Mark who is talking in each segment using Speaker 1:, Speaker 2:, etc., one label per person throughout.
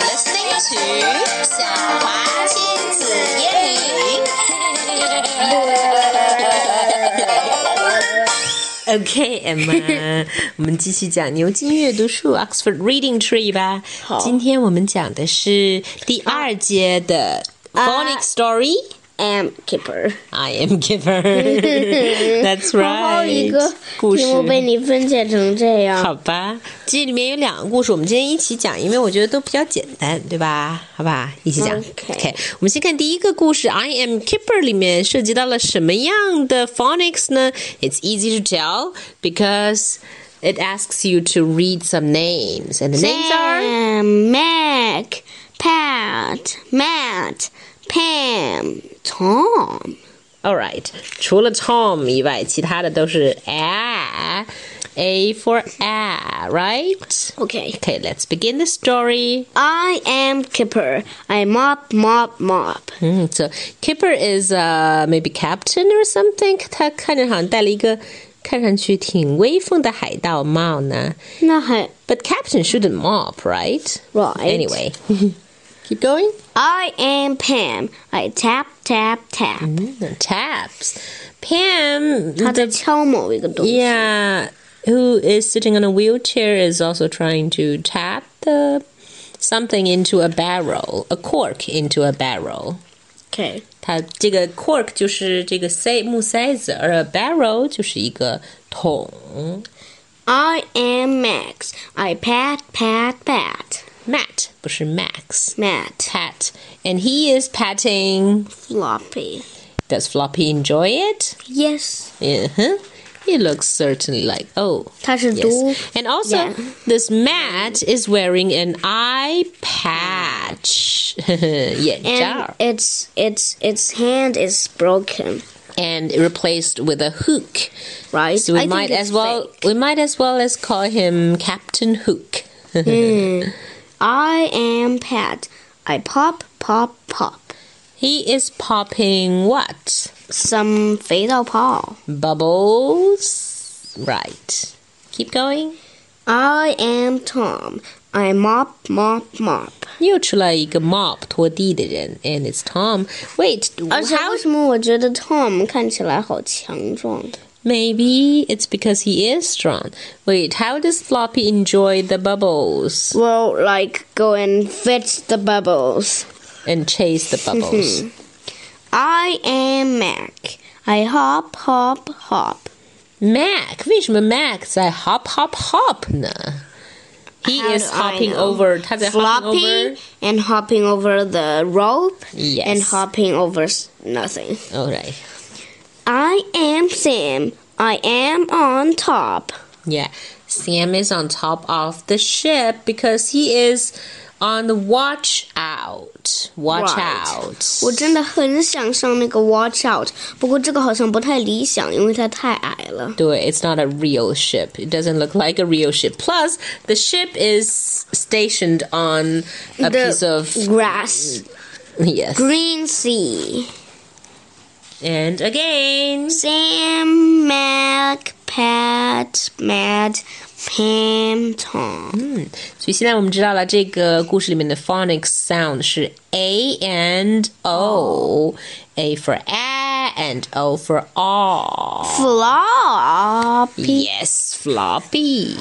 Speaker 1: 曲《小华亲子英语》。
Speaker 2: OK, Emma，我们继续讲牛津阅读树 Oxford Reading Tree 吧。
Speaker 3: 好
Speaker 2: 今天我们讲的是第二节的 Phonic Story。
Speaker 3: Am Keeper。
Speaker 2: I am giver. That's right.
Speaker 3: 然后一个
Speaker 2: 故
Speaker 3: 题
Speaker 2: 事
Speaker 3: 目被你分解成这样，
Speaker 2: 好吧，这里面有两个故事，我们今天一起讲，因为我觉得都比较简单，对吧？好吧，一起讲。
Speaker 3: OK
Speaker 2: 我们先看第一个故事《I Am Keeper》里面涉及到了什么样的 phonics 呢？It's easy to tell because it asks you to read some names, and the names are
Speaker 3: Sam, Mac, Pat, Matt, Pam, Tom。
Speaker 2: all right。除了 Tom 以外，其他的都是 a a for a, right?
Speaker 3: OK.
Speaker 2: Okay, let's begin the story.
Speaker 3: I am Kipper. I mop, mop, mop.
Speaker 2: 嗯，so Mm, keeper is uh maybe captain or something。他看着好像戴了一个看上去挺威风的海盗帽呢。
Speaker 3: 那还
Speaker 2: But captain shouldn't mop, right?
Speaker 3: Right.
Speaker 2: Anyway, keep going.
Speaker 3: I am Pam. I tap, tap, tap.
Speaker 2: Mm, taps. Pam,
Speaker 3: 他
Speaker 2: the-
Speaker 3: 在敲某一个东西。
Speaker 2: yeah, who is sitting on a wheelchair, is also trying to tap the something into a barrel, a cork into a barrel.
Speaker 3: OK.
Speaker 2: 它这个 cork 就是这个塞木塞子，而 a barrel 就是一个桶。
Speaker 3: I am Max. I pat, pat, pat.
Speaker 2: Matt 不是 Max。
Speaker 3: Matt.
Speaker 2: Pat and he is patting.
Speaker 3: Floppy.
Speaker 2: Does Floppy enjoy it?
Speaker 3: Yes.
Speaker 2: Uh huh. He looks certainly like oh.
Speaker 3: 他是
Speaker 2: Yes.
Speaker 3: 读
Speaker 2: And also,
Speaker 3: Yeah.
Speaker 2: this Matt is wearing an eye patch. yeah,
Speaker 3: and its its its hand is broken,
Speaker 2: and replaced with a hook.
Speaker 3: right?
Speaker 2: So we
Speaker 3: I think
Speaker 2: might
Speaker 3: it's
Speaker 2: as well
Speaker 3: fake.
Speaker 2: we might as well as call him Captain Hook.
Speaker 3: Hmm. I am Pat. I pop pop pop.
Speaker 2: He is popping what?
Speaker 3: Some fatal paw.
Speaker 2: Bubbles. Right. Keep going.
Speaker 3: I am Tom. I mop mop mop.
Speaker 2: 又出来一个 mop 拖地的人，and it's Tom. Wait,
Speaker 3: 而且
Speaker 2: how?
Speaker 3: 为什么我觉得 Tom 看起来好强壮
Speaker 2: Maybe it's because he is strong. Wait, how does Floppy enjoy the bubbles
Speaker 3: ？Well, like go and fetch the bubbles.
Speaker 2: and chase the bubbles?
Speaker 3: I am Mac. I hop hop hop.
Speaker 2: Mac，为什么 Mac 在 hop hop hop 呢？He
Speaker 3: How
Speaker 2: is
Speaker 3: do I
Speaker 2: hopping
Speaker 3: know?
Speaker 2: over，他在 hopping
Speaker 3: floppy
Speaker 2: over。
Speaker 3: and hopping over the rope
Speaker 2: Yes.
Speaker 3: and hopping over s- nothing.
Speaker 2: All right.
Speaker 3: I am Sam. I am on top.
Speaker 2: Yeah. Sam is on top of the ship because he is on the watch out. Watch
Speaker 3: Right.
Speaker 2: out.
Speaker 3: 我真的很想上那个 watch out，不过这个好像不太理想，因为它太矮了。
Speaker 2: 对，it's not a real ship. It doesn't look like a real ship. Plus, the ship is stationed on a
Speaker 3: The
Speaker 2: piece of
Speaker 3: grass,
Speaker 2: yes.
Speaker 3: green sea.
Speaker 2: And again,
Speaker 3: Sam, Mac, Pat, Matt, Pam,
Speaker 2: Hmm.
Speaker 3: Tom.
Speaker 2: 所以现在我们知道了这个 uh, 故事里面的 phonics sound 是 a and o，a for a and o for all。
Speaker 3: Floppy.
Speaker 2: Yes, floppy.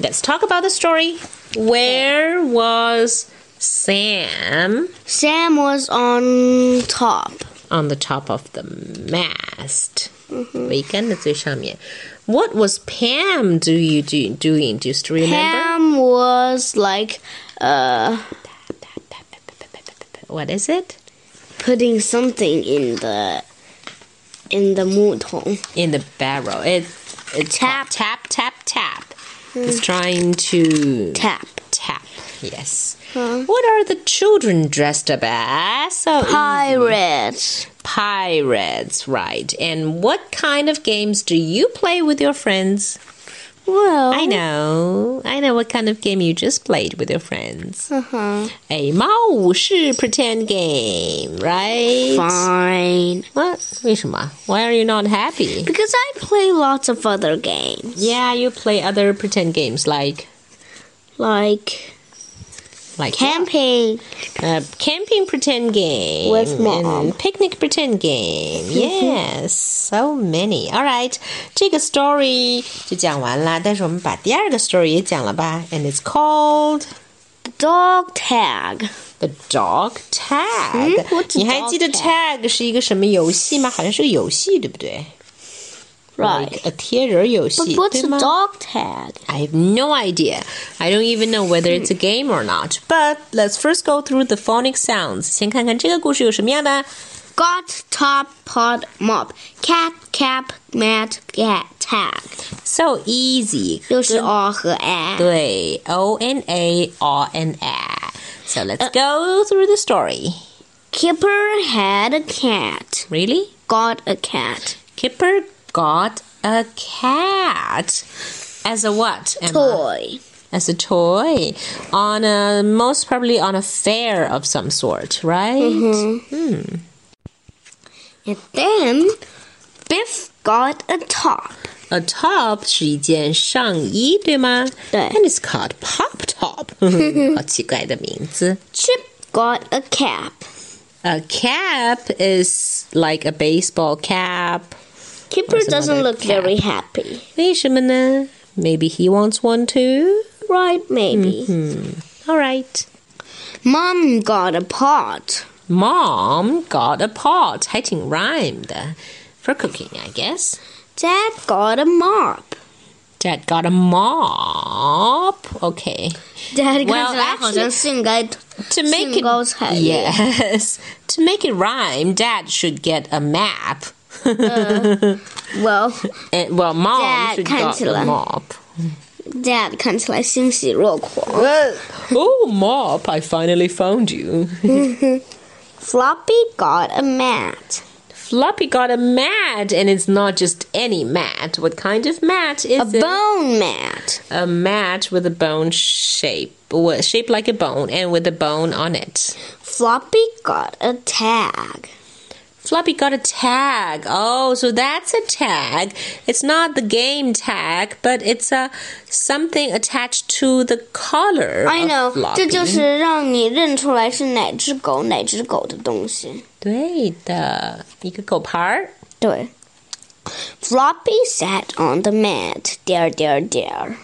Speaker 2: Let's talk about the story. Where was Sam
Speaker 3: Sam was on top.
Speaker 2: on the top of the mast?
Speaker 3: Mm-hmm.
Speaker 2: 桅杆的最上面。What was Pam do you do doing? Just remember
Speaker 3: Pam was like uh,
Speaker 2: what is it
Speaker 3: putting something in the in the 木桶.
Speaker 2: in the barrel? It it's
Speaker 3: Tap. Hmm.
Speaker 2: tap tap tap. It's trying to
Speaker 3: Tap.
Speaker 2: tap. Yes. What are the children dressed up as? So Mm-hmm.
Speaker 3: Pirates.
Speaker 2: Pirates, right. And what kind of games do you play with your friends?
Speaker 3: Well,
Speaker 2: I know. I know what kind of game you just played with your friends.
Speaker 3: Uh-huh.
Speaker 2: A 猫武士 pretend game, right?
Speaker 3: Fine.
Speaker 2: What? 为什么? Why are you not happy?
Speaker 3: Because I play lots of other games,
Speaker 2: Yeah, you play other pretend games like
Speaker 3: like
Speaker 2: like
Speaker 3: Camping
Speaker 2: a Uh, camping pretend game
Speaker 3: With mom.
Speaker 2: and picnic pretend game. Yes, so many. All right，这个 story 就讲完啦，但是我们把第二个 story 也讲了吧，and it's called
Speaker 3: dog tag
Speaker 2: The Dog Tag
Speaker 3: 嗯。，what's
Speaker 2: 你还
Speaker 3: dog
Speaker 2: 记得 Tag 是一个什么游戏吗？好像是个游戏，对不对
Speaker 3: right.
Speaker 2: 呃，贴人儿游戏
Speaker 3: But what's
Speaker 2: 对
Speaker 3: a
Speaker 2: 吗
Speaker 3: dog tag?
Speaker 2: I have no idea. I don't even know whether it's a game or not. But let's first go through the phonic sounds. 先看看这个故事有什么样的。
Speaker 3: Got top pod mop cat cap mat cat tag
Speaker 2: So easy.
Speaker 3: 又是 r 和 a
Speaker 2: 对，O N A R N A. So
Speaker 3: Uh.
Speaker 2: let's go through the story.
Speaker 3: Kipper had a cat,
Speaker 2: Really?
Speaker 3: got a cat
Speaker 2: Kipper got a cat as a what? Emma?
Speaker 3: toy.
Speaker 2: As a toy on a most probably on a fair of some sort, right?
Speaker 3: Mm-hmm. And then Biff got a top.
Speaker 2: A top 是一件上衣，对吗？
Speaker 3: 对 Mm-hmm.
Speaker 2: And it's called pop top，好奇怪的名字。
Speaker 3: Chip got a cap.
Speaker 2: A cap is like a baseball cap。
Speaker 3: Kipper
Speaker 2: Where's
Speaker 3: doesn't
Speaker 2: another
Speaker 3: look
Speaker 2: cap?
Speaker 3: very happy.
Speaker 2: 为什么呢？Maybe he wants one too.
Speaker 3: Right, maybe.
Speaker 2: Mm-hmm. All right.
Speaker 3: Mom got a pot.
Speaker 2: Mom got a pot，还挺 rhyme 的。For cooking, I guess.
Speaker 3: Dad got a mop.
Speaker 2: Dad got a mop. Okay.
Speaker 3: Dad
Speaker 2: Well,
Speaker 3: 看起来好像是应该
Speaker 2: To make it
Speaker 3: Singles还有-
Speaker 2: yes, to make it rhyme, Dad should get a map.
Speaker 3: well,
Speaker 2: And, well, mom
Speaker 3: Uh. Dad
Speaker 2: should
Speaker 3: can't
Speaker 2: got the
Speaker 3: learn.
Speaker 2: mop.
Speaker 3: Dad 看起来欣喜若狂。
Speaker 2: oh, mop! I finally found you.
Speaker 3: Floppy got a mat.
Speaker 2: Floppy got a mat, and it's not just any mat. What kind of mat is
Speaker 3: A
Speaker 2: it?
Speaker 3: bone mat.
Speaker 2: A mat with a bone shape, well, shaped like a bone, and with a bone on it.
Speaker 3: Floppy got a tag.
Speaker 2: Floppy got a tag. Oh, so that's a tag. It's not the game tag, but it's a something attached to the collar.
Speaker 3: I
Speaker 2: of
Speaker 3: know，
Speaker 2: Floppy.
Speaker 3: 这就是让你认出来是哪只狗哪只狗的东西。
Speaker 2: uh, 对的，一个狗牌儿。
Speaker 3: 对，Floppy sat on the mat. Dear, dear, dear.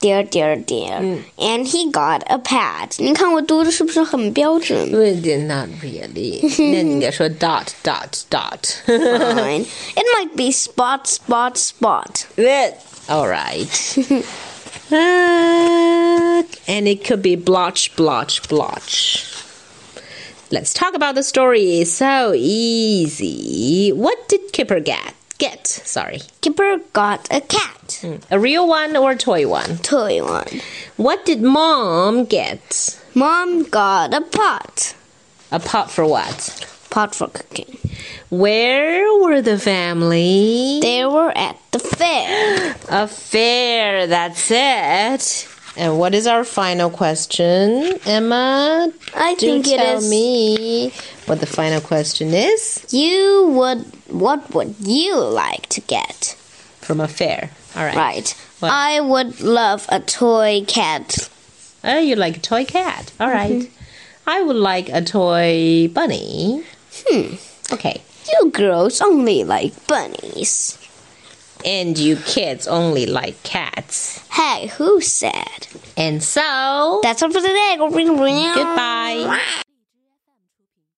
Speaker 3: Dear, dear, dear, and he got a pat. 你看我读的是不是很标 准
Speaker 2: Not really. 那你得说 dot dot dot.
Speaker 3: ？Fine. It might be spot, spot, spot.
Speaker 2: All right. Uh, and it could be blotch blotch blotch. Let's talk about the story. So easy. What did Kipper get? Get sorry,
Speaker 3: Kipper got a cat.
Speaker 2: a real one or a toy one?
Speaker 3: Toy one.
Speaker 2: What did Mom get?
Speaker 3: Mom got a pot.
Speaker 2: A pot for what?
Speaker 3: Pot for cooking.
Speaker 2: Where were the family?
Speaker 3: They were at the fair.
Speaker 2: A fair, that's it. And what is our final question, Emma?
Speaker 3: I
Speaker 2: Do
Speaker 3: think it
Speaker 2: tell
Speaker 3: is.
Speaker 2: me what the final question is
Speaker 3: You would. What would you like to get?
Speaker 2: from a fair. All right.
Speaker 3: Right.
Speaker 2: What?
Speaker 3: I would love a toy cat.
Speaker 2: Oh, you like a toy cat. All right. I would like a toy bunny.
Speaker 3: Hmm.
Speaker 2: Okay.
Speaker 3: You girls only like bunnies.
Speaker 2: And you kids only like cats.
Speaker 3: Hey, who said?
Speaker 2: And so,
Speaker 3: That's all for today. Goodbye.
Speaker 2: goodbye.